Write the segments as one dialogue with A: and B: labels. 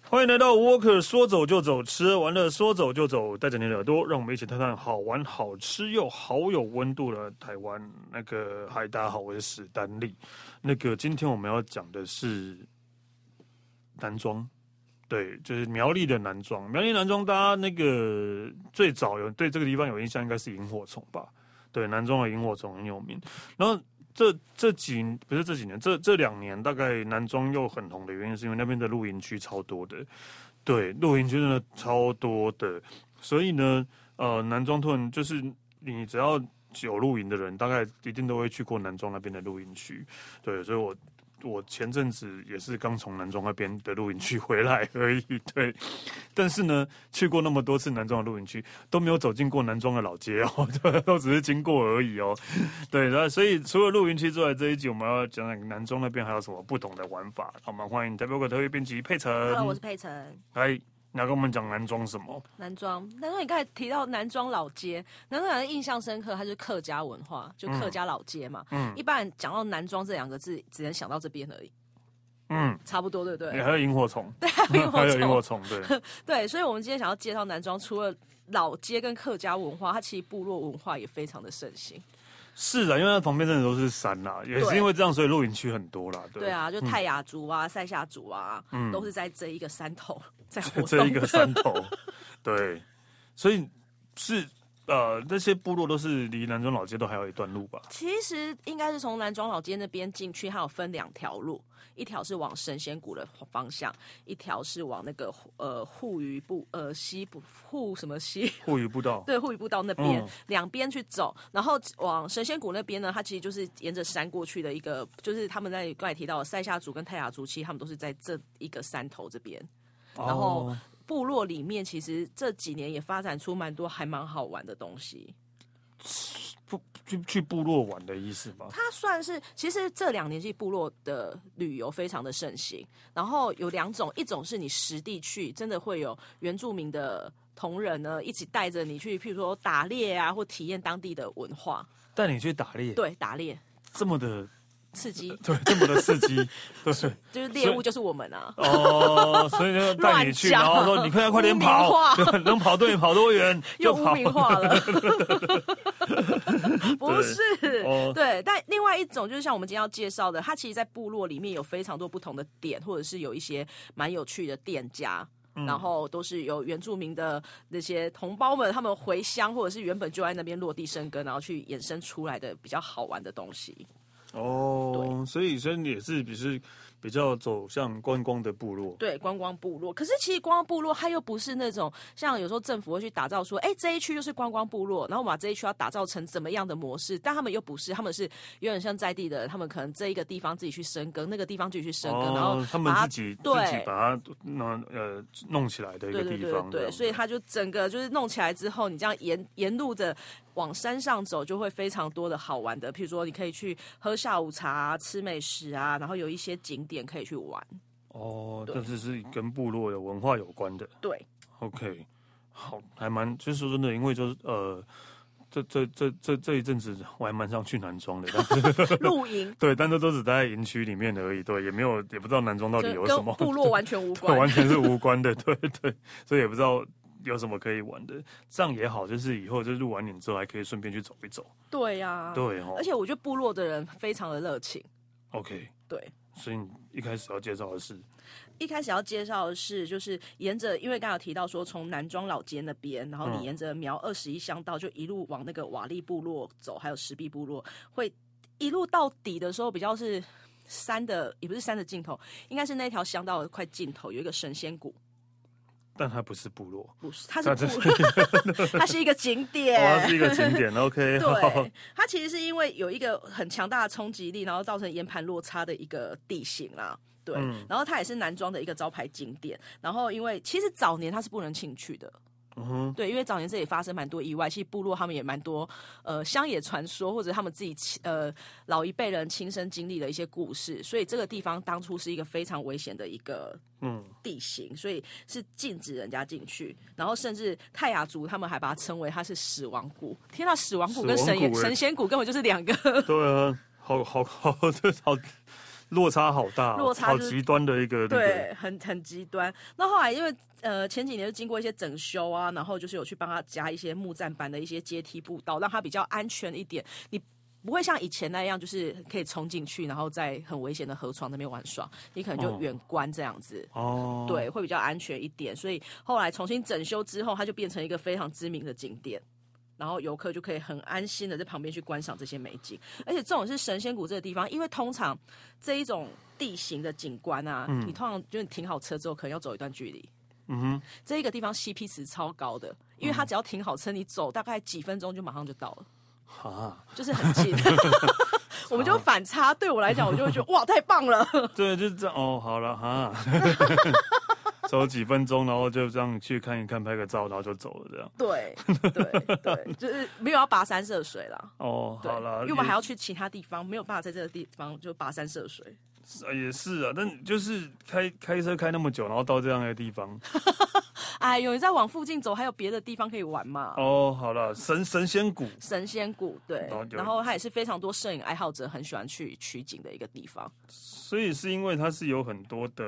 A: 欢迎来到 Walker，说走就走，吃完了说走就走，带着你的耳朵，让我们一起探探好玩、好吃又好有温度的台湾。那个，嗨，大家好，我是史丹利。那个，今天我们要讲的是男装，对，就是苗栗的男装。苗栗男装，大家那个最早有对这个地方有印象，应该是萤火虫吧？对，男装的萤火虫很有名。然后这这几不是这几年，这这两年大概男装又很红的原因，是因为那边的露营区超多的，对，露营区真的超多的，所以呢，呃，男装突然就是你只要有露营的人，大概一定都会去过男装那边的露营区，对，所以我。我前阵子也是刚从南庄那边的露营区回来而已，对。但是呢，去过那么多次南庄的露营区，都没有走进过南庄的老街哦， 对都只是经过而已哦。对，然后所以除了露营区之外，这一集我们要讲讲南庄那边还有什么不同的玩法。好，我们欢迎台北国特约编辑佩晨
B: Hello，我是佩晨。
A: 来，哎你要跟我们讲南庄什么？
B: 南庄，南庄，你刚才提到南庄老街，南庄让人印象深刻，它就是客家文化，就客家老街嘛。
A: 嗯
B: 一般人讲到南庄这两个字，只能想到这边而已，
A: 嗯，
B: 差不多，对不对？
A: 还有萤火虫，
B: 呃 还
A: 还
B: 有
A: 有
B: 萤
A: 萤
B: 火
A: 火
B: 虫。
A: 虫，对，
B: 对，所以我们今天想要介绍南庄，除了老街跟客家文化，它其实部落文化也非常的盛行。
A: 是啊，因为它旁边真的都是山啦，也是
B: 对
A: 因为这样，所以露营区很多啦，对。嗯
B: 对啊，就泰雅族啊、塞夏族啊，都是在这一个山头在活 动。
A: 这一个山头， 对，所以是呃，那些部落都是离南庄老街都还有一段路吧？
B: 其实应该是从南庄老街那边进去，它有分两条路，一条是往神仙谷的方向，一条是往那个呃护渔部呃西部护什么西。
A: 户语步道，
B: 对护渔步道那边
A: 嗯，
B: 两边、去走，然后往神仙谷那边呢，它其实就是沿着山过去的一个，就是他们在刚才提到的塞夏族跟泰雅族，其实他们都是在这一个山头这边。然后
A: 哦
B: 部落里面其实这几年也发展出蛮多还蛮好玩的东西。
A: 不去去部落玩的意思吗？
B: 它算是，其实这两年季部落的旅游非常的盛行，然后有两种，一种是你实地去，真的会有原住民的同仁呢一起带着你去，譬如说打猎啊，或体验当地的文化，
A: 带你去打猎，
B: 对，打猎
A: 这么的
B: 刺激，
A: 对，这么的刺 激，对。
B: 就是猎物就是我们啊，
A: 哦，所以就带你去，
B: 乱
A: 然
B: 讲
A: 后说你快点快点
B: 污名
A: 跑
B: 化，
A: 对 能跑多远跑多远
B: 又
A: 就
B: 污
A: 跑。
B: 名化了，不是。
A: 哦，
B: 对，但另外一种就是像我们今天要介绍的，它其实，在部落里面有非常多不同的点，或者是有一些蛮有趣的店家。然后都是由原住民的那些同胞们，他们回乡或者是原本就在那边落地生根，然后去衍生出来的比较好玩的东西。
A: 哦，所以所以你也是比是比较走向观光的部落，哦
B: 对，观光部落。可是其实观光部落它又不是那种像有时候政府会去打造说，哎，这一区就是观光部落，然后我们把这一区要打造成怎么样的模式？但他们又不是，他们是有点像在地的，他们可能这一个地方自己去深耕，那个地方自己去深耕，然后
A: 哦、他们
B: 把它
A: 自己自
B: 对
A: 己把它弄呃弄起来的一个
B: 对
A: 地
B: 对
A: 方，
B: 对
A: 这样
B: 对，
A: 子
B: 所以它就整个就是弄起来之后，你这样沿沿路的往山上走，就会非常多的好玩的，譬如说你可以去喝下午茶、啊、吃美食啊，然后有一些景点可以去玩。
A: 哦，
B: 对
A: 但是是跟部落的文化有关的。
B: 对，
A: OK，好，还蛮，其实说真的，因为就是呃，这这这这这一阵子我还蛮想去南庄的，但是
B: 露营
A: 对，但这都只待在营区里面而已，对，也没有也不知道南庄到底
B: 就
A: 有什
B: 跟
A: 么，
B: 部落完全无
A: 对，
B: 关。
A: 完全是无关的，对 对，所以也不知道有什么可以玩的，这样也好，就是以后就是录完影之后还可以顺便去走一走，
B: 对呀、
A: 对哦
B: 嗯而且我觉得部落的人非常的热情。
A: ，OK，
B: 对，
A: 所以你一开始要介绍的是，
B: 一开始要介绍的是，就是沿着，因为刚才有提到说，从南庄老街那边，然后
A: 嗯
B: 你沿着苗二十一乡道，就一路往那个瓦砾部落走，还有石壁部落，会一路到底的时候，比较是山的，也不是山的尽头，应该是那条乡道的快尽头有一个神仙谷，
A: 但它不是部落，
B: 不是，它
A: 它
B: 是
A: 这
B: 部， 它是一个景点，
A: 哦，它是一个景 点，OK，好
B: 对，它其实是因为有一个很强大的冲击力，然后造成岩盘落差的一个地形啦。对，
A: 嗯
B: 然后它也是南庄的一个招牌景点。然后因为其实早年它是不能进去的，
A: 嗯哼，
B: 对，因为早年这里发生蛮多意外，其实部落他们也蛮多呃乡野传说或者他们自己亲呃老一辈人亲身经历的一些故事，所以这个地方当初是一个非常危险的一个
A: 嗯。
B: 地形，所以是禁止人家进去。然后甚至泰雅族他们还把它称为它是死亡谷。天呐，死亡谷跟
A: 死
B: 神
A: 亡谷
B: 仙
A: 欸
B: 神仙谷根本就是两个。
A: 对啊，好好好，这好落差好大哦，
B: 落差
A: 好
B: 就是
A: 极端的一个那个
B: 对，很很极端。那后来因为呃前几年就经过一些整修啊，然后就是有去帮他加一些木栈板的一些阶梯步道，让它比较安全一点。你。不会像以前那样，就是可以冲进去，然后在很危险的河床那边玩耍。你可能
A: 哦
B: 就远观这样子，
A: 哦，
B: 对，会比较安全一点。所以后来重新整修之后，它就变成一个非常知名的景点，然后游客就可以很安心的在旁边去观赏这些美景。而且这种是神仙谷这个地方，因为通常这一种地形的景观啊，你通常就是你停好车之后，可能要走一段距离。
A: 嗯嗯哼，嗯
B: 这一个地方 CP 值超高的，因为它只要停好车，你走大概几分钟就马上就到了。
A: 哈，
B: 就是很近。 我们就反差，对我来讲，我就会觉得哇，太棒了。
A: 对，就是这样哦，好了哈，走几分钟，然后就这样去看一看，拍个照，然后就走了这样。
B: 对对对，就是没有要跋山涉水啦。
A: 哦，
B: 对
A: 好了，
B: 因为我们还要去其他地方，没有办法在这个地方就跋山涉水。
A: 要也是啊，但就是开开车开那么久，然后到这样的地方，
B: 哎呦，你再往附近走，还有别的地方可以玩嘛？
A: 哦，好了，神神仙谷，
B: 神仙谷对
A: 哦，有
B: 然后它也是非常多摄影爱好者很喜欢去取景的一个地方。
A: 所以是因为它是有很多的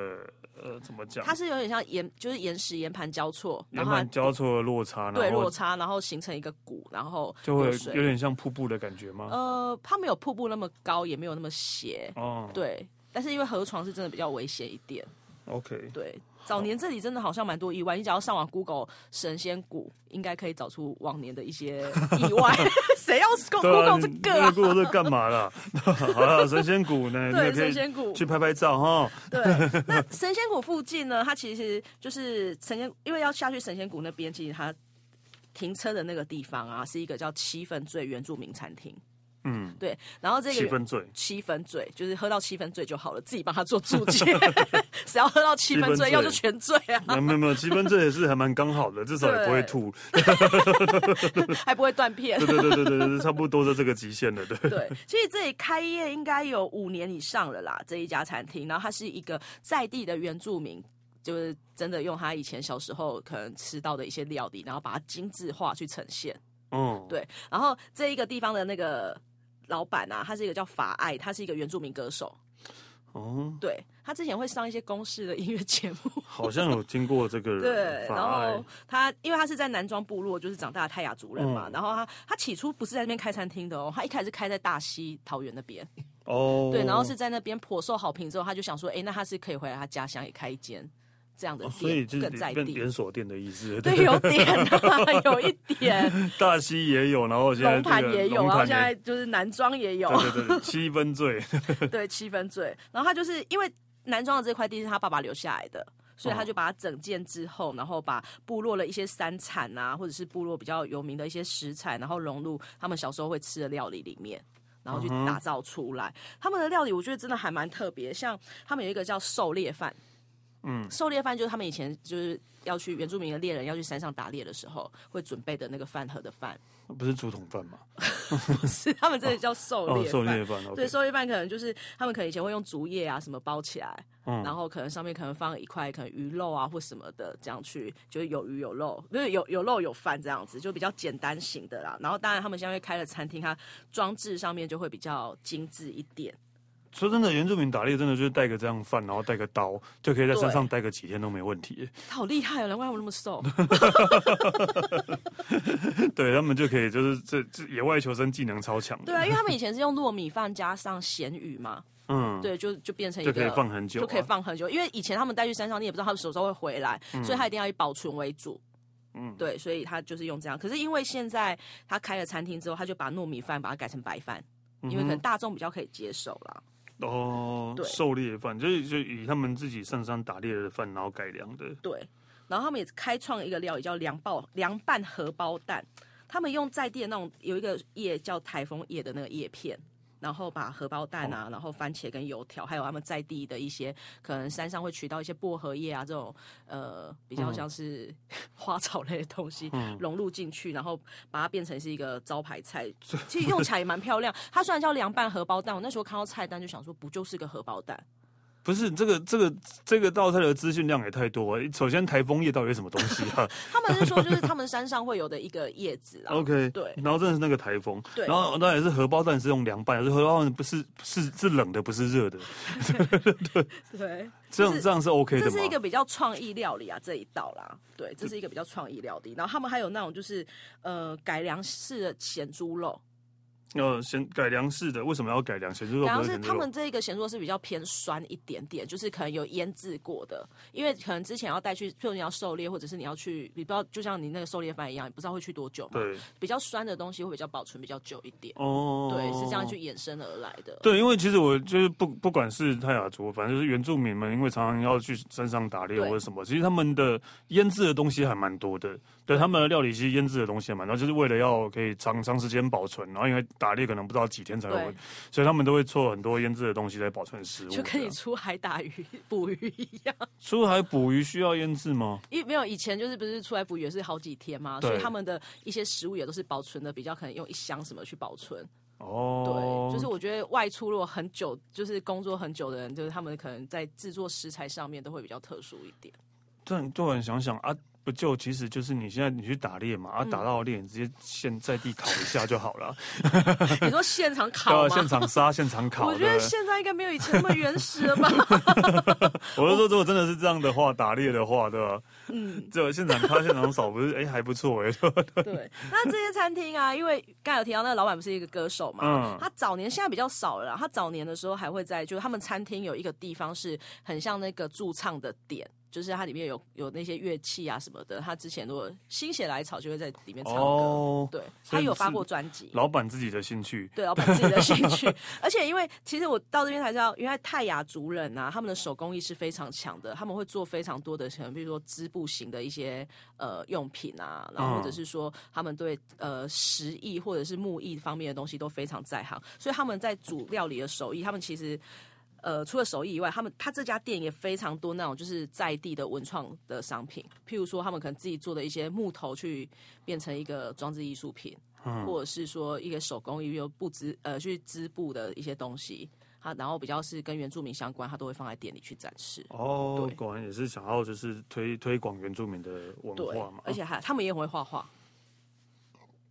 A: 呃，怎么讲
B: 它，是有点像岩，就是岩石岩盘交错，
A: 圆
B: 然后它
A: 满交错的落差，
B: 对
A: 然
B: 落
A: 后
B: 差，然后形成一个谷，然后
A: 就会
B: 有
A: 有有
B: 水。
A: 点像瀑布的感觉吗？
B: 呃，它没有瀑布那么高，也没有那么斜，
A: 哦，
B: 呃对。但是因为河床是真的比较危险一点，
A: ，OK，
B: 对。早年这里真的好像蛮多意外，你只要上网 Google 神仙谷，应该可以找出往年的一些意 外。谁要 Google 哦这个啊？
A: Google 这个干嘛啦？ 好了，神仙谷呢，你也
B: 对，
A: 可
B: 神
A: 以
B: 仙谷。
A: 去拍拍照哈。
B: 对，那神仙谷附近呢，它其实就是神仙，因为要下去神仙谷那边，其实它停车的那个地方啊，是一个叫七分醉原住民餐厅。
A: 嗯，
B: 对，然后这个
A: 七分醉，
B: 七分醉，就是喝到七分醉就好了，自己帮他做注 解。谁要喝到七分
A: 七分醉
B: 醉，要就全醉啊，
A: 没有没有没有，七分醉也是还蛮刚好的，至少也不会吐。
B: 还不会断片
A: 对。对对对对对，差不多是这个极限了，对。
B: 对，其实这里开业应该有五年以上了啦，这一家餐厅，然后它是一个在地的原住民。就是真的用他以前小时候可能吃到的一些料理，然后把它精致化去呈现。
A: 嗯，
B: 对，然后这一个地方的那个老板啊，他是一个叫法爱，他是一个原住民歌手。
A: 哦，
B: 对他之前会上一些公式的音乐 节目，
A: 好像有听过这个人。
B: 对，
A: 法
B: 然后
A: 爱
B: 他因为他是在南庄部落，就是长大的泰雅族人嘛，
A: 嗯
B: 然后他他起初不是在那边开餐厅的哦，他一开始是开在大溪桃园那边，
A: 哦，
B: 对，然后是在那边颇受好评之后，他就想说，哎，那他是可以回来他家乡也开一间这样的
A: 哦
B: 店，
A: 所以就是
B: 更在
A: 变
B: 地。
A: 连锁店的意思。
B: 对，有点、啊， 有一点，
A: 大溪也有，然 后现在
B: 龙
A: 这
B: 盘
A: 个
B: 也有，
A: 龙
B: 然后
A: 盘
B: 现在就是南庄也有，
A: 对对对，七分醉。
B: 对，七分醉。然后他就是因为南庄的这块地是他爸爸留下来的，所以
A: 嗯
B: 他就把它整建之后，然后把部落的一些山产啊，或者是部落比较有名的一些食材，然后融入他们小时候会吃的料理里面。然后去
A: 嗯
B: 打造出来、他们的料理，我觉得真的还蛮特别。像他们有一个叫狩猎饭，
A: 嗯，
B: 狩猎饭就是他们以前就是要去原住民的猎人要去山上打猎的时候会准备的那个饭盒的饭，
A: 不是竹筒饭吗？
B: 不是他们这里叫狩
A: 哦，
B: 猎
A: 狩
B: 饭。
A: 猎饭。
B: 对，
A: OK，
B: 收一半可能就是他们可能以前会用竹叶啊什么包起来，
A: 嗯
B: 然后可能上面可能放一块可能鱼肉啊或什么的，这样去就是有鱼有肉，不是有有肉有饭这样子，就比较简单型的啦。然后当然他们现在开了餐厅，它装置上面就会比较精致一点。
A: 说真的，原住民打猎真的就是带个这样饭，然后带个刀，就可以在
B: 对
A: 山上待个几天都没问题。
B: 他好厉害哦，难怪我那么瘦。
A: 对他们就可以，就是这这野外求生技能超强的。
B: 对啊，因为他们以前是用糯米饭加上咸鱼嘛，
A: 嗯，
B: 对，就就变成一
A: 就
B: 个
A: 可以放很久、啊，
B: 就可以放很久，因为以前他们带去山上，你也不知道他们什么时候会回来，所以他一定要以保存为主。
A: 嗯
B: 嗯，对，所以他就是用这样。可是因为现在他开了餐厅之后，他就把糯米饭把它改成白饭，
A: 嗯
B: 因为可能大众比较可以接受啦。
A: 哦，
B: 对
A: 狩猎饭就是就以他们自己上山打猎的饭，然后改良的。
B: 对，然后他们也开创一个料理叫凉爆凉拌荷包蛋，他们用在地的那种有一个叶叫台风叶的那个叶片。然后把荷包蛋
A: 哦
B: 啊，然后番茄跟油条，还有他们在地的一些可能山上会取到一些薄荷叶啊这种呃比
A: 嗯
B: 较像是 花草类的东西、融入进去，然后把它变成是一个招 牌菜。其实用起来也蛮漂亮。它虽然叫凉拌荷包蛋，我那时候看到菜单就想说，不就是个荷包蛋？
A: 不是这个这个这个道菜的资讯量也太多了。首先，台风叶到底是什么东西 啊
B: 他们是说就是他们山上会有的一个叶子啦。
A: ？OK，
B: 对
A: 然后真的是那个台风，
B: 对
A: 然后当然是荷包蛋是用凉拌，是荷包蛋不是是是冷的，不是热的，
B: 对，
A: 这样
B: 是
A: 这样是 OK 的
B: 这
A: 吗？
B: 是一个比较创意料理啊，这一道啦。对，这是一个比较创意料理。然后他们还有那种就是呃改良式的咸猪肉，
A: 呃，咸改良式的，为什么要改良？咸猪肉
B: 然
A: 不
B: 后
A: 是
B: 是
A: 咸猪
B: 他
A: 肉
B: 们。这个咸猪肉是比较偏酸一点点，就是可能有腌制过的，因为可能之前要带去，譬如你要狩猎，或者是你要去，你不知道，就像你那个狩猎番一样，你不知道会去多久嘛。
A: 对，
B: 比较酸的东西会比较保存比较久一点，
A: 哦，
B: 对，是这样去。衍生而来的。
A: 对，因为其实我就是不不管是泰雅族，反正就是原住民们，因为常常要去山上打猎
B: 对
A: 或者什么，其实他们的腌制的东西还蛮多的。对，他们的料理其实腌制的东西还蛮多，就是为了要可以长长时间保存，然后因为打猎可能不知道几天才会
B: 对，
A: 所以他们都会做很多腌制的东西来保存食物。
B: 就跟
A: 这
B: 你
A: 样
B: 出海打鱼、捕鱼一样，
A: 出海捕鱼需要腌制吗？
B: 因为没有以前就是不是出来捕鱼也是好几天嘛，
A: 对
B: 所以他们的一些食物也都是保存的比较可能用一箱什么去保存。
A: 哦
B: 对，，就是我觉得外出如果很久，就是工作很久的人，就是他们可能在制作食材上面都会比较特殊一 点。
A: 但突然想想啊，不就其实就是你现在你去打猎嘛，
B: 嗯
A: 啊，打到猎你直接现在地烤一下就好 了，
B: 你说现场
A: 对
B: 烤
A: 啊，
B: 吗？
A: 现场杀，现场烤
B: 我
A: 的。
B: 觉得现在应该没有以前那么原始了吧？
A: 我是说，如果真的是这样的话，打猎的话，对吧？嗯，就现场看现场扫，不是哎、还不错哎、对吧
B: 对，那这些餐厅啊，因为刚才有提到那个老板不是一个歌手嘛，
A: 嗯
B: 他早年现在比较少了啦，他早年的时候还会在，就是他们餐厅有一个地方是很像那个驻唱的点。就是它里面有有那些乐器啊什么的，他之前如果心血来潮就会在里面唱歌，
A: 哦
B: 对
A: 所
B: 他
A: 以
B: 有发
A: 是
B: 过专辑，
A: 老板自己的兴趣，
B: 对老板自己的兴趣。 而且因为其实我到这边才知道，原来泰雅族人啊，他们的手工艺是非常强的，他们会做非常多的，可能比如说织布型的一些呃用品啊，然后或者是说他们对呃石艺或者是木艺方面的东西都非常在行，所以他们在煮料理的手艺，他们其实。呃，除了手艺以外，他们他这家店也非常多那种就是在地的文创的商品，譬如说他们可能自己做的一些木头去变成一个装置艺术品，或者是说一个手工艺，有布织呃去织布的一些东西，它然后比较是跟原住民相关，它都会放在店里去展示。
A: 哦
B: 对，
A: 果然也是想要就是推推广原住民的文
B: 对
A: 化嘛，，啊
B: 而且还他们也很会画画，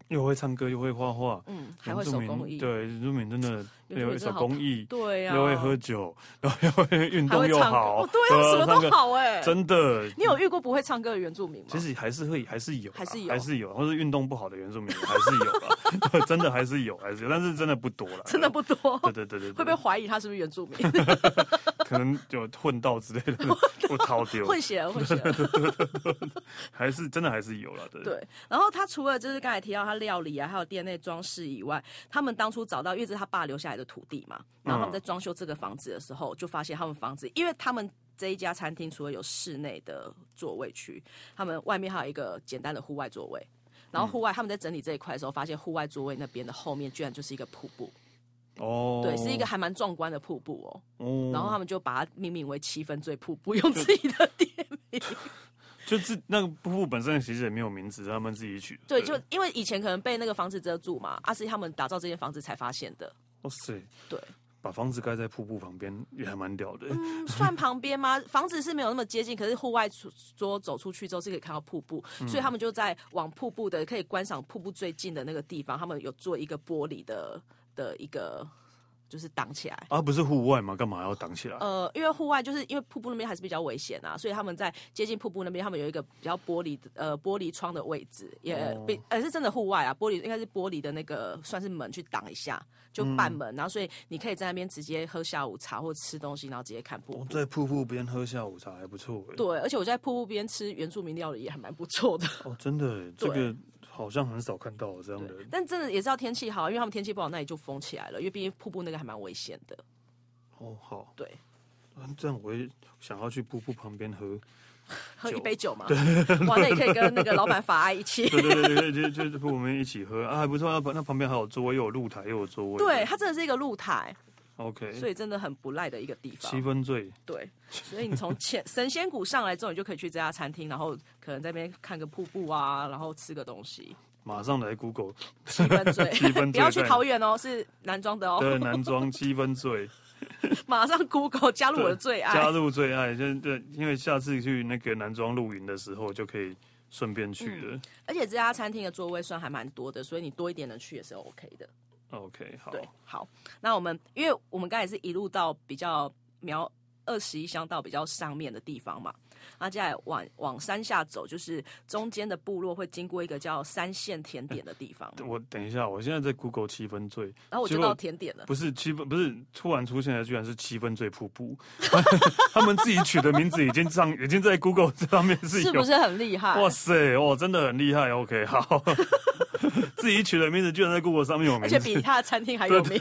A: 又会唱歌又会画画，
B: 嗯，还
A: 原
B: 会
A: 住
B: 手
A: 民
B: 工艺，
A: 对原住民真的
B: 原住
A: 有
B: 民真
A: 手
B: 的好
A: 工艺，
B: 对呀、啊，
A: 又会喝酒，然后又会 运
B: 还
A: 动
B: 会
A: 又
B: 唱歌，
A: 好，
B: 哦，对他们
A: 啊
B: 什么
A: 唱歌
B: 都好哎、
A: 真的。
B: 你有遇过不会唱歌的原住民吗？
A: 其实还是会，还是有啦，
B: 还是有
A: 还是有，或是运动不好的原住民还是有啦， 对真的还是有，还是有，但是真的不多了，
B: 真 的不多，
A: 对，对对对对，
B: 会被怀疑他是不是原住民，
A: 可能有混到之类的， 不掏丢，
B: 混血儿，混血儿。
A: 还是真的还是有了，对。
B: 对，然后他除了就是刚才提到他料理啊，还有店内装饰以外，他们当初找到，因为这是他爸留下来的土地嘛，然后他们
A: 嗯
B: 在装修这个房子的时候，就发现他们房子，因为他们这一家餐厅除了有室内的座位区，他们外面还有一个简单的户外座位。然后
A: 嗯
B: 户外他们在整理这一块的时候，发现户外座位那边的后面居然就是一个瀑布，
A: 哦，
B: 对，是一个，还蛮壮观的瀑布哦。
A: 哦、
B: 然后他们就把它命名为七分醉瀑布，用自己的店 名。
A: 就自那个瀑布本身其实也没有名字，是他们自己取的。
B: 对，就因为以前可能被那个房子遮住嘛，阿、啊、是他们打造这间房子才发现的。
A: 哇塞，
B: 对，
A: 把房子盖在瀑布旁边也还蛮屌的、欸
B: 嗯，算旁边吗？房子是没有那么接近，可是户外出桌走出去之后是可以看到瀑布，所以他们就在往瀑布的可以观赏瀑布最近的那个地方，他们有做一个玻璃的的一个就是挡起来。
A: 啊，不是户外嘛，干嘛要挡起来？
B: 呃，因为户外就是因为瀑布那边还是比较危险啊，所以他们在接近瀑布那边，他们有一个比较玻璃的呃玻璃窗的位置，也
A: 哦
B: 比呃是真的户外啊，玻璃应该是玻璃的那个算是门去挡一下，就半门，然后所以你可以在那边直接喝下午茶或吃东西，然后直接看瀑
A: 我、
B: 布。
A: 在瀑布边喝下午茶还不错、欸。，
B: 对，而且我在瀑布边吃原住民料理也还蛮不错的，
A: 哦，真的、欸，这个好像很少看到这样的。
B: 但真的也是要天气好，因为他们天气不好，那里就封起来了，因为毕竟瀑布那个还蛮危险的。
A: 哦，好，
B: 对，
A: 啊这样我也想要去瀑布旁边喝。
B: 喝
A: 酒
B: 一杯酒嘛， 哇，那也可以跟那个老板法爱一起。
A: 对对对对，就 就我们一起喝啊，还不错。那旁那旁边还有座位，又有露台，又有座位。
B: 对，它真的是一个露台，
A: ，OK。
B: 所以真的很不赖的一个地
A: 七
B: 方。
A: 分醉，
B: 对，所以你从前神仙谷上来之后，你就可以去这家餐厅，然后可能在那边看个瀑布啊，然后吃个东西，
A: 马上来 Google
B: 七分醉，
A: 七分醉
B: 不要去
A: 在
B: 桃园哦，是男装的哦。
A: 对男装七分醉，
B: 马上 Google 加入我的最 爱。
A: 加入最爱，就是对，因为下次去那个南庄露营的时候就可以顺便去了。
B: 而且这家餐厅的座位算还蛮多的，所以你多一点人去也是 OK 的。
A: OK，好，
B: 对，好，那我们因为我们刚才是一路到比较苗二十一乡到比较上面的地方嘛，那接下来往往山下走，就是中间的部落会经过一个叫三线甜点的地方，
A: 我等一下，我现在在 Google 七分醉，
B: 然后我
A: 结
B: 就
A: 果
B: 到甜点了。
A: 不是七分，不是突然出现的，居然是七分醉瀑布。 他们自己取的名字已经上，已经在 Google 上面是有。
B: 是不是很厉害？
A: 哇塞，哇，真的很厉害。OK，好， 自己取的名字居然在 Google 上面有名
B: 而
A: 字
B: 且，比他的餐厅还有名。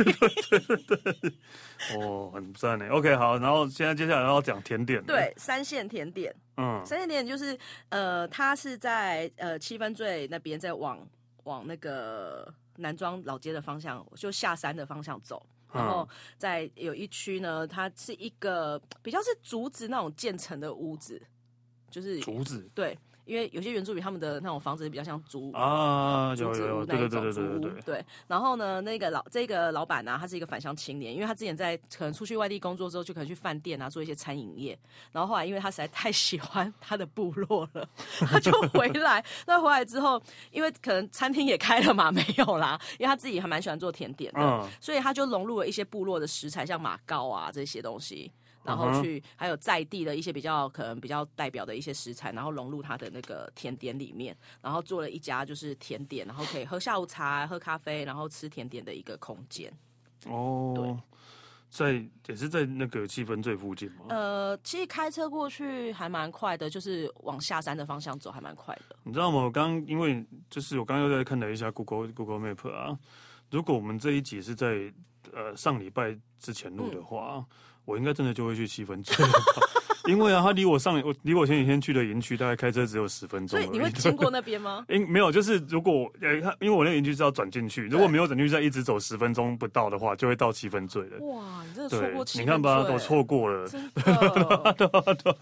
A: 哦，很赞呢。OK，好，然后现在接下来要讲甜点。，
B: 对，三线甜点，
A: 嗯，
B: 三线甜点就是呃，它是在呃七分醉那边，再往往那个南庄老街的方向，就下山的方向走。然后在有一区呢，它是一个比较是竹子那种建成的屋子，就是
A: 竹子
B: 对，因为有些原住民他们的那种房子比较像竹
A: 啊，有
B: 竹子
A: 有
B: 屋
A: 有，
B: 那
A: 对对对
B: 一种
A: 对
B: 竹
A: 对
B: 屋
A: 对对，
B: 对。然后呢，那个老这个老板呢、他是一个返乡青年，因为他之前在可能出去外地工作之后，就可能去饭店啊做一些餐饮业。然后后来因为他实在太 喜欢他的部落了，他就回来。那回来之后，因为可能餐厅也开了嘛，没有啦，因为他自己还蛮喜欢做甜点的，
A: 嗯
B: 所以他就融入了一些部落的食材，像马糕啊这些东西。然
A: 嗯
B: 后去还有在地的一些比较可能比较代表的一些食材，然后融入他的那个甜点里面，然后做了一家就是甜点，然后可以喝下午茶、喝咖啡，然后吃甜点的一个空间。
A: 哦，在也是在那个七分醉附近吗？
B: 呃，其实开车过去还蛮快的，就是往下山的方向走还蛮快的。
A: 你知道吗？我刚因为就是我刚刚又在看了一下 Google Google Map 啊，如果我们这一集是在呃上礼拜之前录的话，
B: 嗯
A: 我应该真的就会去七分醉了吧， 因为啊，他离我上我离我前几天去的营区大概开车只有十分钟
B: 所
A: 而
B: 以
A: 已。？
B: 你会经过那边吗
A: 因没有，就是如果呃，他因为我那个营区是要转进去，如果没有转进去，再一直走十分钟不到的话，就会到七分醉了。
B: 哇，你真的错
A: 对
B: 过，七
A: 你
B: 分
A: 看吧，
B: 醉
A: 我错过了，
B: 真的。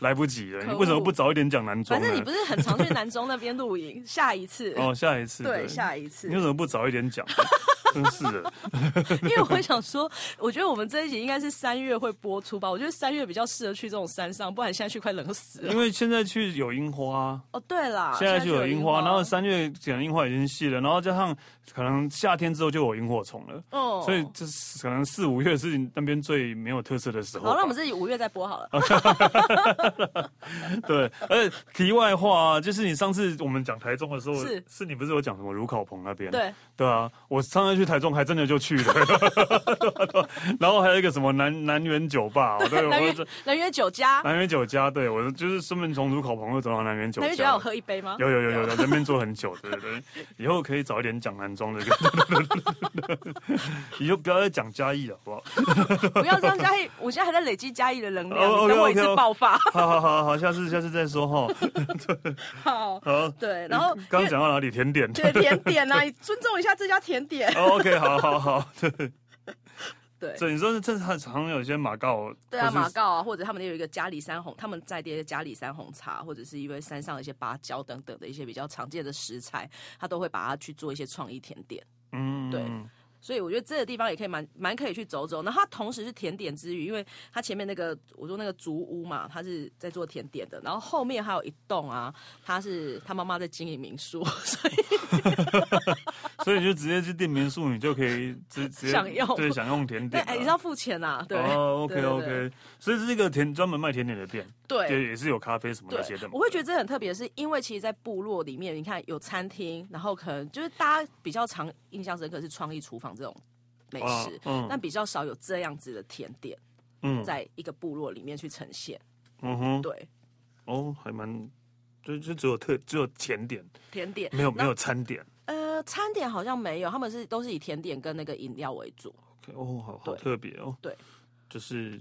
A: 来不及了。
B: 可
A: 你为什么
B: 恶
A: 不早一点讲男装
B: 反
A: 呢？
B: 正你不是很常去南中那边露营，下一次。
A: 哦，下一次
B: 对，下一次
A: 你，为什么不早一点 讲？真是的，
B: 因为我想说，我觉得我们这一集应该是三月会播出吧。我觉得三月比较适合去这种山上，不然现在去快冷死了。
A: 因为现在去有樱花，
B: 哦，对啦，
A: 现在就有
B: 有
A: 樱花，然后三月剪樱花已经细了，然后加上可能夏天之后就有萤火虫了，
B: 哦，
A: 所以这是可能四五月是那边最没有特色的时候吧。
B: 好，那我们自己五月再播好 了。
A: 对，而且题外话啊，就是你上次我们讲台中的时候，
B: 是
A: 是你不是有讲什么卢考鹏那边？
B: 对，
A: 对啊，我上次去台中还真的就去了， 对啊对啊然后还有一个什么南南园酒吧，我对，
B: 南
A: 我
B: 约南约酒家，
A: 南园酒家，对我就是顺便从卢考鹏又走到南园酒
B: 南约酒家有喝一杯吗？
A: 有有有有有，那边做很久，对对对，以后可以早一点讲男装的，以后不要再讲嘉义了，好不好？
B: 不要这样，嘉义，我现在还在累积嘉义的能量，
A: 哦
B: 你等我一
A: OK，OK，
B: 次
A: 哦
B: 爆发。
A: 好好好好，下次下次再说哈。
B: 好，
A: 好，
B: 对，然后
A: 刚
B: 因
A: 刚
B: 为
A: 讲到哪里？甜点。
B: 对甜点啊，你尊重一下这家甜点。
A: 哦 OK，好好好，对
B: 对
A: 对，你说这常常有些马告，
B: 对啊，
A: 或是
B: 马告啊，或者他们有一个嘉里山红，他们在地的嘉里山红茶，或者是因为山上的一些芭蕉等等的一些比较常见的食材，他都会把它去做一些创意甜点。
A: 嗯，
B: 对所以我觉得这个地方也可以蛮蛮可以去走走。然后它同时是甜点之余，因为它前面那个我说那个竹屋嘛，它是在做甜点的，然后后面还有一栋啊，它是他妈妈在经营民宿， 所以
A: 所以你就直接去订民宿，你就可以直直接
B: 享用
A: 对，享用甜
B: 对，
A: 点啊。
B: 哎，你是要付钱啊，对，
A: 哦，OK
B: 对对
A: OK，所以是一个甜专门卖甜点的店，
B: 对
A: 也也是有咖啡什么
B: 对
A: 那些的嘛。
B: 我会觉得这很特别，是因为其实，在部落里面，你看有餐厅，然后可能就是大家比较常印象深刻是创意厨房这种美食，
A: 哦嗯
B: 但比较少有这样子的甜点
A: 嗯
B: 在一个部落里面去呈现。
A: 嗯哼，
B: 对，
A: 哦，还蛮，就就只有特只有甜点，
B: 甜点
A: 没有
B: 那
A: 没有餐点。
B: 呃，餐点好像没有，他们是都是以甜点跟那个饮料为主。
A: OK，哦，好好
B: 对
A: 特别哦。
B: 对，
A: 就是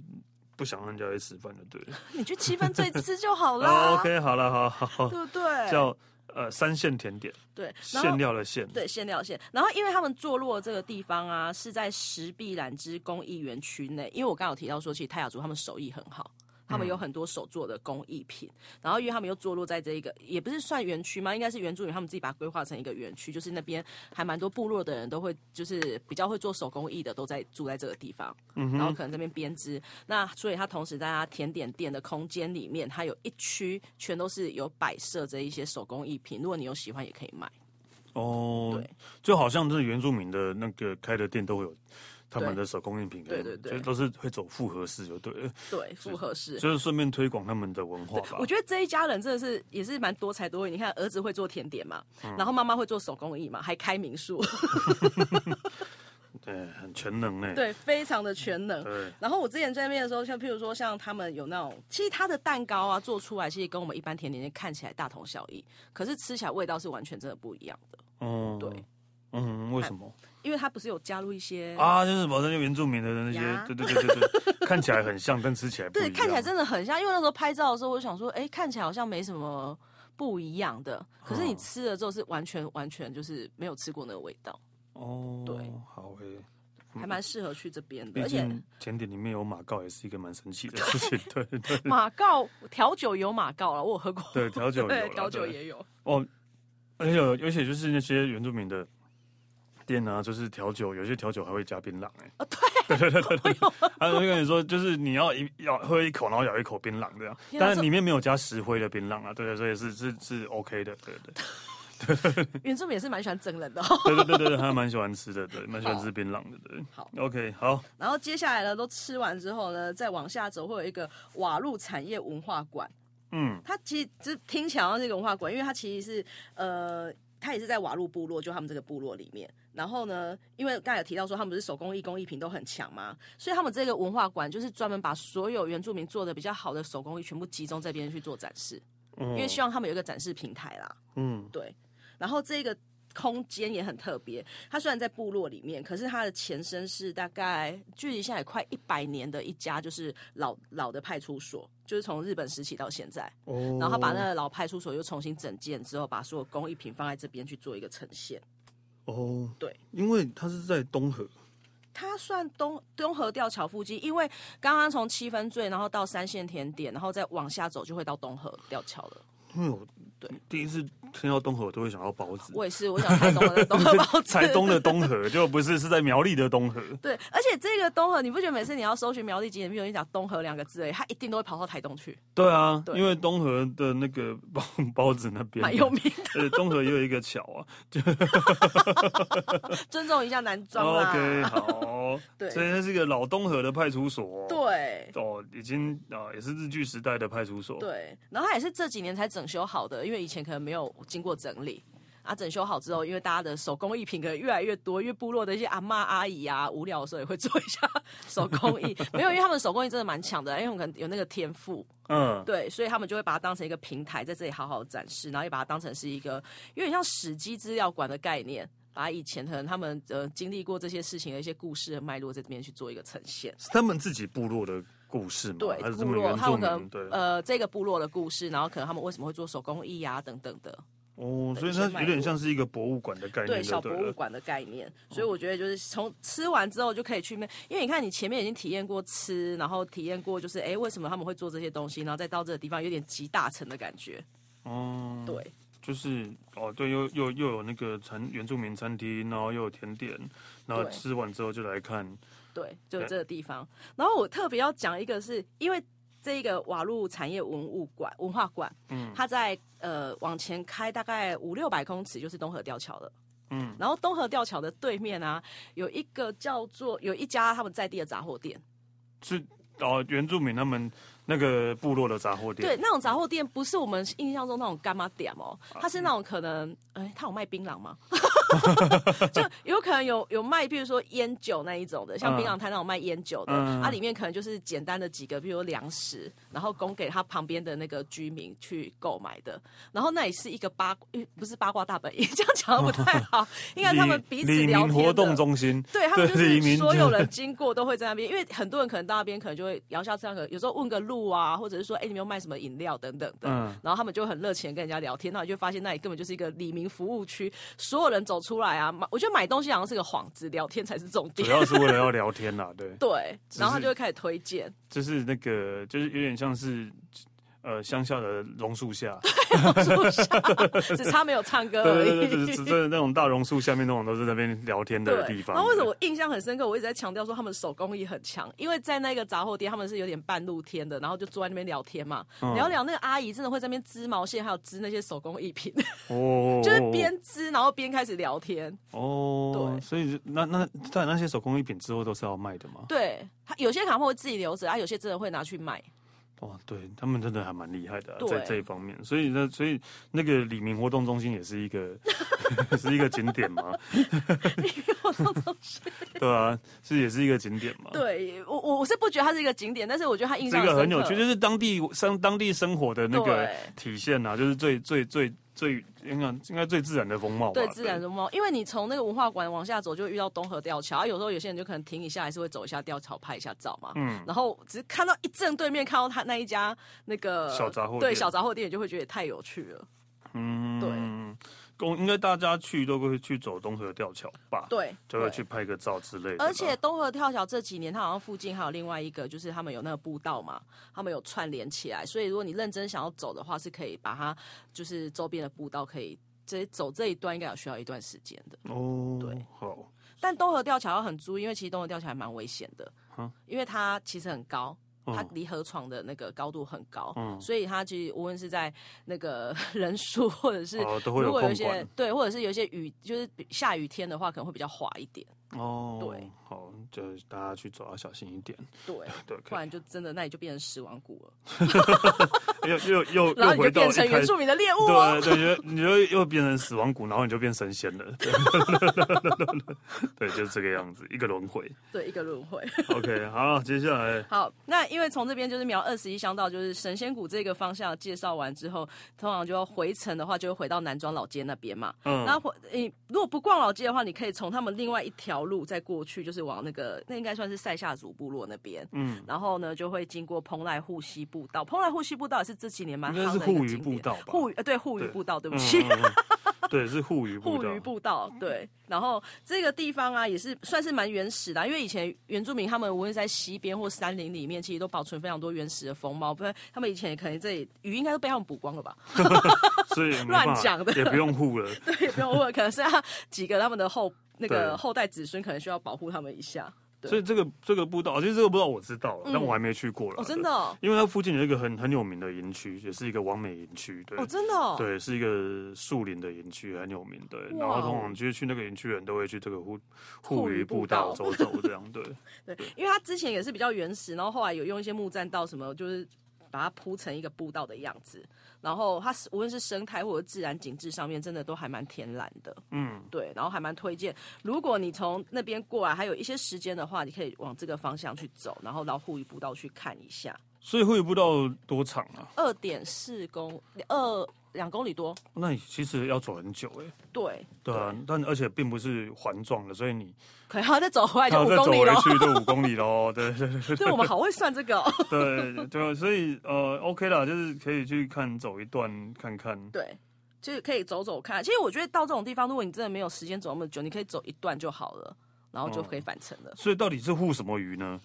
A: 不想让人家来吃饭就对了。
B: 你去七分醉吃就好
A: 哦
B: 啦，
A: ，OK，好了，好好，
B: 对不对？
A: 叫呃三线甜点，
B: 对，然
A: 馅
B: 后。
A: 料的馅。
B: 对，限料线。然后，因为他们坐落这个地方啊，是在石壁兰之工艺园区内。因为我刚刚有提到说，其实泰雅族他们手艺很好，他们有很多手做的工艺品。然后因为他们又坐落在这一个，也不是算园区嘛，应该是原住民他们自己把它规划成一个园区，就是那边还蛮多部落的人都会，就是比较会做手工艺的，都在住在这个地方。然后可能这边编织，那所以它同时在它甜点店的空间里面，它有一区全都是有摆设着一些手工艺品，如果你有喜欢也可以买。
A: 哦
B: 对，
A: 就好像是原住民的那个开的店都会有他们的手工艺品，
B: 对对对
A: 所以都是会走复合式，就对了，
B: 对，复合式。
A: 就是顺便推广他们的文化吧
B: 我。觉得这一家人真的是也是蛮多才多艺。你看，儿子会做甜点嘛，
A: 嗯
B: 然后妈妈会做手工艺嘛，还开 民宿，
A: 对，很全能呢。
B: 对，非常的全能。
A: 对，
B: 然后我之前在那边的时候，像譬如说像他们有那种，其实它的蛋糕啊做出来，其实跟我们一般甜点店看起来大同小异，可是吃起来味道是完全真的不一样的，
A: 嗯，
B: 对，
A: 嗯，为什么
B: 因为它不是有加入一些。
A: 啊？就是保证原住民的那些
B: 呀，
A: 对对对对对，看起来很像，但吃起来不一
B: 对，
A: 样。
B: 看起来真的很像，因为那时候拍照的时候，我就想说，哎，看起来好像没什么不一样的，可
A: 嗯
B: 是你吃了之后是完全完全就是没有吃过那个味道，
A: 哦，
B: 对，
A: 好诶。
B: 还蛮适合去这边的。
A: 毕
B: 而且
A: 竟甜点里面有马告，也是一个蛮神奇的事 情。对对
B: 马告调酒有马告了，我有喝过，
A: 对，调酒有啦
B: 对，调酒
A: 对
B: 也有，
A: 哦，而且有而且就是那些原住民的店啊，就是调酒，有些调酒还会加槟榔哎、
B: 哦
A: 欸。 对对对对对，他就跟你说，就是你要一咬喝一口，然后咬一口槟榔这样，
B: 天啊
A: 但是
B: 这
A: 里面没有加石灰的槟榔啊，对对，所以是是是 OK 的，对对
B: 原住民也是蛮喜欢整人的哦、
A: 对对对对对，还蛮喜欢吃的，对，蛮喜欢吃槟榔的，对。
B: 好
A: ，OK，好，
B: 然后接下来呢，都吃完之后呢，再往下走会有一个瓦路产业文化馆。
A: 嗯，
B: 它其实这听起来好像是一个文化馆，因为它其实是呃，它也是在瓦路部落，就他们这个部落里面。然后呢，因为刚才有提到说他们不是手工艺工艺品都很强嘛，所以他们这个文化馆就是专门把所有原住民做的比较好的手工艺全部集中在边去做展示，因
A: 因
B: 为希望他们有一个展示平台啦。
A: 嗯
B: 对，然后这个空间也很特别，它虽然在部落里面，可是它的前身是大概距离现在也快一百年的一家就是老老的派出所，就是从日本时期到现在，
A: 哦
B: 然后他把那个老派出所又重新整建之后，把所有工艺品放在这边去做一个呈现。
A: 哦
B: 对，
A: 因为它是在东河，
B: 它算东东河吊桥附近，因为刚刚从七分醉，然后到三线甜点，然后再往下走就会到东河吊桥了。
A: 因为我对第一次听到东河，我都会想到包子。
B: 我也是，我想太东河的东河 包 子，
A: 台东的东河， 就不是是在苗栗的东河。
B: 对，而且这个东河，你不觉得每次你要搜寻苗栗景点，比如你讲东河两个字而已，它一定都会跑到台东去，
A: 对啊，
B: 对
A: 因为东河的那个 包包子那边
B: 蛮有名 的。
A: 呃，东河也有一个桥 啊。
B: 尊重一下男装
A: 哦
B: 啦。
A: OK，好，
B: 对
A: 所以它是一个老东河的派出所。，
B: 对
A: 哦，已经啊、也是日据时代的派出所。，
B: 对，然后它也是这几年才整修好的，因为以前可能没有经过整理。啊，整修好之后，因为大家的手工艺品可能越来越多，因为部落的一些阿嬷阿姨啊，无聊的时候也会做一下 手工艺。没有，因为他们手工艺真的蛮强的，因为他们可能有那个天赋。
A: 嗯，
B: 对，所以他们就会把它当成一个平台，在这里好好展示，然后也把它当成是一个有点像史记资料馆的概念，把以前可能他们呃经历过这些事情的一些故事的脉络，在这边去做一个呈现。
A: 是他们自己部落的故事嘛？
B: 对
A: 还是，他
B: 部
A: 们
B: 落
A: 原
B: 他
A: 住
B: 们可能
A: 民？对，
B: 呃这个部落的故事，然后可能他们为什么会做手工艺啊等等的，
A: 哦，所以
B: 一些
A: 它
B: 脉
A: 有点
B: 络
A: 像是一个博物馆的概念，
B: 对
A: 就
B: 小博
A: 对
B: 物
A: 了。
B: 馆的概念。所以我觉得就是从吃完之后就可以去面，因为你看你前面已经体验过吃，然后体验过就是哎为什么他们会做这些东西，然后再到这个地方有点集大成的感觉，
A: 哦，
B: 对。
A: 就是哦，对，又又又有那个餐原住民餐厅，然后又有甜点，然后
B: 对
A: 吃完之后就来看，
B: 对，就
A: 对
B: 这个地方。然后我特别要讲一个是，因为这个瓦路产业文物馆文化馆，嗯，它在呃往前开大概五六百公尺就是东河吊桥了。
A: 嗯，
B: 然后东河吊桥的对面啊，有一个叫做有一家他们在地的杂货店，
A: 是哦原住民他们那个部落的杂货店。嗯
B: 对，那种杂货店不是我们印象中那种干妈店哦，它是那种可能，哎，它有卖槟榔吗？ 就有可能有有卖，比如说烟酒那一种的，像
A: 嗯
B: 槟榔摊那种卖烟酒的，
A: 嗯
B: 它、里面可能就是简单的几个，比如粮食，然后供给它旁边的那个居民去购买的。然后那也是一个八，呃不是八卦大本营， 这样讲得不太好，应该他们
A: 李
B: 彼此
A: 李
B: 聊
A: 明
B: 天
A: 活
B: 的
A: 动中心，
B: 对他们就
A: 对黎明
B: 是所有
A: 就
B: 人经过都会在那边，因为很多人可能到那边可能就会摇下这样，有时候问个路路啊，或者是说，哎、你们有卖什么饮料等等的。
A: 嗯
B: 然后他们就很热情地跟人家聊天，那你就发现那里根本就是一个李明服务区，所有人走出来啊，买我觉得买东西好像是个幌子，聊天才是重
A: 主
B: 点。
A: 要是为了要聊天啦，对，
B: 对，
A: 只是
B: 然后他就会开始推荐，
A: 就是那个，就是有点像是呃乡下的榕树下，
B: 只差没有唱歌
A: 对
B: 而已。
A: 对对对，就是真的那种大榕树下面那种都是那边聊天的地方。
B: 然后为什么我印象很深刻？我一直在强调说他们手工艺很强，因为在那个杂货店，他们是有点半露天的，然后就坐在那边聊天嘛，
A: 嗯
B: 聊聊那个阿姨真的会在那边织毛线，还有织那些手工艺品，
A: 哦，
B: 就是边织然后边开始聊天。
A: 哦，
B: 对
A: 所以那那但那些手工艺品之后都是要卖的嘛？
B: 对，他有些卡会自己留着，啊，有些真的会拿去卖。
A: 哦，对他们真的还蛮厉害的啊、
B: 对
A: 在这一方面。所以呢，所以那个李明活动中心也是一个是一个景点嘛，对啊，是也是一个景点嘛。
B: 对我我我是不觉得它是一个景点，但是我觉得它印
A: 这
B: 象
A: 个很有
B: 深刻
A: 趣，哦就是当地生当地生活的那个
B: 对
A: 体现啊，就是最最最最应该应该最自然的风貌吧。
B: 对自然的梦，因为你从那个文化馆往下走，就会遇到东河吊桥，啊有时候有些人就可能停一下，还是会走一下吊桥拍一下照嘛。嗯，然后只是看到一正对面看到他那一家那个
A: 小杂货店
B: 对小杂货店，就会觉得也太有趣了。
A: 嗯
B: 对
A: 公应该大家去都会去走东河吊桥吧，
B: 对，
A: 就会
B: 对
A: 去拍个照之类的吧。
B: 而且东河跳桥这几年，它好像附近还有另外一个，就是他们有那个步道嘛，他们有串联起来，所以如果你认真想要走的话，是可以把它就是周边的步道可以。这走这一段应该有需要一段时间的，
A: 哦，
B: 对，
A: 好，
B: 但东河吊桥要很注意，因为其实东河吊桥还蛮危险的
A: 啊，
B: 因为它其实很高，
A: 嗯
B: 它离河床的那个高度很高，
A: 嗯
B: 所以它其实无论是在那个 人数或者是
A: 哦都会有
B: 如果有一
A: 控管
B: 些对，或者是有一些雨，就是比下雨天的话，可能会比较滑一点，
A: 哦，
B: 对，
A: 好，就大家去走要啊小心一点，
B: 对，
A: 对，
B: 不
A: 可以
B: 然就真的那里就变成死亡谷了，
A: 又又又
B: 然
A: 又
B: 后你就
A: 回到
B: 变
A: 一
B: 成
A: 开
B: 原
A: 始。
B: 住民的猎物哦。
A: 对对，你就 你就又变成死亡谷，然后你就变神仙了， 对对，就是这个样子，一个轮回。
B: 对，一个轮回。
A: OK，好，接下来
B: 好，那因为从这边就是苗二十一乡道，就是神仙谷这个方向介绍完之后，通常就要回程的话，就会回到南庄老街那边嘛。
A: 嗯
B: 那回你如果不逛老街的话，你可以从他们另外一条路再过去，就是往那个那应该算是塞夏族部落那边。
A: 嗯，
B: 然后呢，就会经过蓬莱护溪步道。蓬莱护溪步道也是这几年蛮
A: 应该是
B: 夯的一
A: 护
B: 个
A: 鱼
B: 景点
A: 步道吧
B: 护鱼呃对护鱼
A: 对
B: 步道，对
A: 嗯
B: 不起。
A: 嗯嗯对，是护鱼步
B: 护
A: 道
B: 鱼，步道，对。然后这个地方啊，也是算是蛮原始的啊、因为以前原住民他们无论在溪边或山林里面，其实都保存非常多原始的风貌。不然他们以前可能这里鱼应该都被他们捕光了吧？
A: 所以没办法
B: 乱讲的
A: 也不用护了。
B: 对，不用问，可能是他几个他们的后那
A: 对
B: 个后代子孙，可能需要保护他们一下。对
A: 所以这个这个步道，其实这个步道我知道了，但我还没去过了。
B: 哦，真的哦，
A: 对，因为它附近有一个很很有名的营区，也是一个完美营区，对。
B: 哦，真的哦，
A: 对，是一个树林的营区，很有名。对，
B: 哇哦
A: 然后通常就是去那个营区的人都会去这个护
B: 护
A: 护
B: 鱼
A: 鱼
B: 步
A: 步
B: 道
A: 道走走，这样对。
B: 对，因为他之前也是比较原始，然后后来有用一些木栈道什么，就是把它铺成一个步道的样子。然后它是无论是生态或者自然景致上面，真的都还蛮天然的。嗯，对，然后还蛮推荐，如果你从那边过来还有一些时间的话，你可以往这个方向去走，然后到护屿步道去看一下，
A: 所以护鱼步道多长啊？
B: 二点四公二两公里多。
A: 那你其实要走很久哎、
B: 对，
A: 对啊，但而且并不是环状的，所以你
B: 可能还要再走回来就
A: 要
B: 五
A: 再走
B: 公里
A: 回
B: 了。
A: 去就五公里喽。对对对
B: 对，我们好会算这个、哦。
A: 对对，所以呃，OK 啦，就是可以去看走一段看看。
B: 对，就是可以走走看。其实我觉得到这种地方，如果你真的没有时间走那么久，你可以走一段就好了，然后就
A: 嗯
B: 可以返程了。
A: 所以到底是护什么鱼 呢？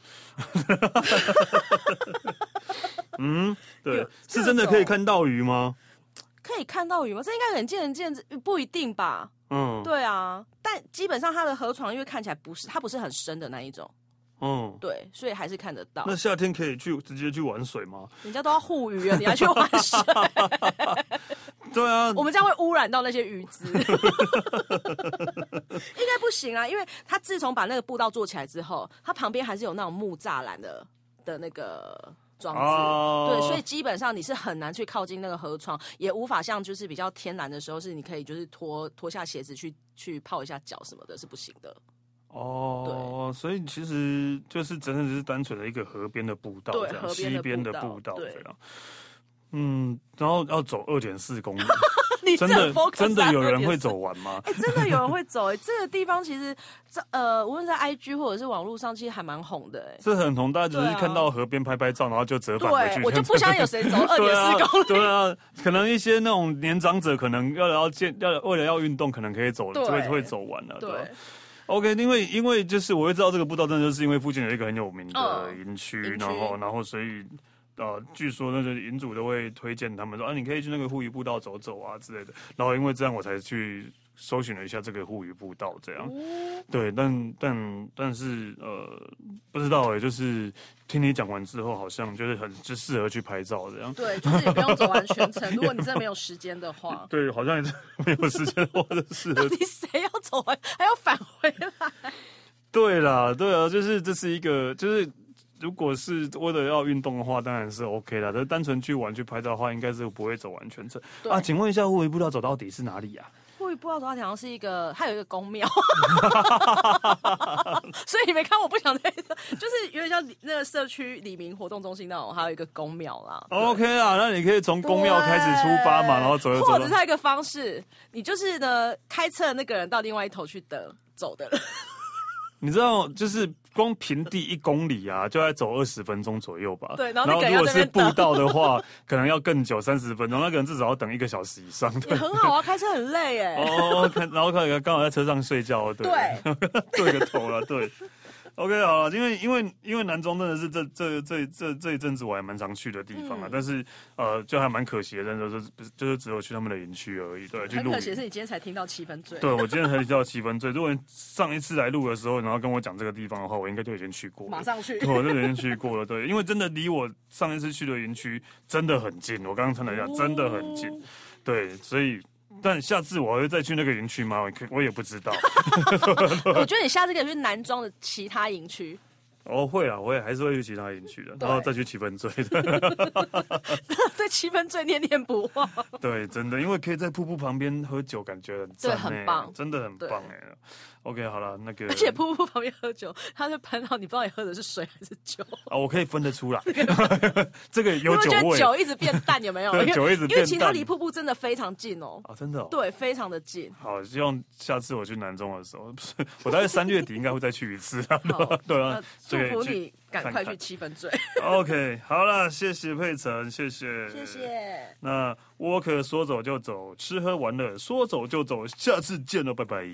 A: 嗯，对
B: 有，
A: 是真的可以看到鱼吗？
B: 可以看到鱼吗？这应该很见仁见智，不一定吧？
A: 嗯，
B: 对啊，但基本上它的河床因为看起来不是它不是很深的那一种，
A: 嗯。
B: 对，所以还是看得到
A: 那。夏天可以去直接去玩水吗？
B: 人家都要护鱼了，你还去玩水？
A: 对啊，
B: 我们这样会污染到那些鱼 只，应该不行啊！因为它自从把那个步道做起来之后，它旁边还是有那种木栅栏的的那个装置。
A: 哦
B: 对，所以基本上你是很难去靠近那个河床，也无法像就是比较天然的时候，是你可以就是脱脱下鞋子去去泡一下脚什么的，是不行的。
A: 哦，所以其实就是真的只是单纯的一个河边的步道，
B: 对
A: 这样
B: 河边的
A: 西边的
B: 步道
A: 步道
B: 对
A: 这样。嗯，然后要走二点四公里，
B: 你
A: 真
B: 这
A: 的
B: focus
A: 真的
B: 在
A: 有人
B: 20
A: 会
B: 四
A: 走完吗？
B: 哎、真的有人会走哎、这个地方其实这呃，无论在 IG 或者是网络上，其实还蛮红的哎、
A: 这很红，大家只
B: 对
A: 是
B: 啊
A: 看到河边拍拍照，然后就折返回去。
B: 对，我就不相信有谁走二
A: 对
B: 点
A: 啊
B: 四公里。
A: 对啊，可能一些那种年长者，可能要要健要为了要运动，可能可以走，
B: 对
A: 会会走完了。对啊
B: 对，
A: OK，因为因为就是我会知道这个步道，真的就是因为附近有一个很有名的
B: 嗯
A: 营区，
B: 营区
A: 然后然后所以呃，据说那个营主都会推荐他们说啊，你可以去那个护鱼步道走走啊之类的。然后因为这样，我才去搜寻了一下这个护鱼步道，这样、
B: 哦
A: 对。但但但是呃，不知道哎、就是听你讲完之后，好像就是很就适合去拍照这样。，
B: 对，就是也不用走完全程。如果你真的没有时间的 话
A: 对，好像也是没有时间或者适合
B: 到底谁要走完还要返回来？
A: 对啦，对啊，就是这是一个，就是如果是为了要运动的话，当然是 OK 啦。但是单纯去玩去拍照的话，应该是不会走完全程
B: 对
A: 啊。请问一下，护卫步道走到底是哪里啊呀、
B: 我也不知道，好像是一个，还有一个公庙， 所以你没看，我不想再，就是有点像那个社区李明活动中心那种，还有一个公庙啦。
A: o k 啦，那你可以从公庙开始出发嘛，
B: 对
A: 然后走走
B: 或
A: 走
B: 者是
A: 到。
B: 还有一个方式，你就是呢开车的那个人到另外一头去等走的 人，
A: 你知道，就是光平地一公里啊，就要走二十分钟左右吧。
B: 对然后那个人
A: 如
B: 要
A: 果
B: 在那
A: 是
B: 边
A: 步道的话，可能要更久，三十分钟，那个人至少要等一个小时以上。
B: 也
A: 对。
B: 很好啊，开车很累哎、
A: 哦，看，然后看刚好在车上睡觉，对，对个头了，对。OK，好了，因为因为因为南中真的是这这这这这一阵子我还蛮常去的地方啊，
B: 嗯
A: 但是呃，就还蛮可惜的，真的就是就是只有去他们的营区而已，对，去
B: 很
A: 露
B: 可惜的
A: 营
B: 是，。你今天才听到七分醉。
A: 对，我今天才提到七分醉。如果你上一次来录的时候，然后跟我讲这个地方的话，我应该就已经去过了。
B: 马上去
A: 对，我就已经去过了。对，因为真的离我上一次去的营区真的很近，我刚刚看了一下，真的很近。
B: 哦
A: 对，所以但下次我还会再去那个营区吗？我可我也不知道。
B: 我觉得你下次可以去南庄的其他营区，
A: 哦，会啊，我也还是会去其他营区的，
B: 对
A: 然后再去七分醉的。
B: 对七分醉念念不忘。
A: 对，真的，因为可以在瀑布旁边喝酒，感觉很赞
B: 对很
A: 欸
B: 棒
A: 真的很
B: 对
A: 棒哎。OK，好了，那个，
B: 而且瀑布旁边喝酒，他就喷到你不知道你喝的是水还是酒，
A: 啊，我可以分得出 来，这个
B: 因
A: 有
B: 为
A: 酒
B: 觉得
A: 味
B: 酒一直变淡，有 没有？
A: 对
B: 因为
A: 酒一直
B: 因为其
A: 变
B: 实它
A: 淡
B: 离瀑布真的非常近哦，
A: 啊，真的、哦。
B: 对，非常的近。
A: 好，希望下次我去南中的时候，不 是我大概三月底应该会再去一次啊。对
B: 好
A: 啊 对
B: 呃
A: 啊，
B: 祝
A: 这个
B: 福
A: 去
B: 你赶
A: 看
B: 快
A: 看
B: 去七分醉，
A: OK，好了，谢谢佩晨，谢谢，
B: 谢。谢。
A: 那沃克说走就走，吃喝玩乐说走就走，下次见了，拜拜。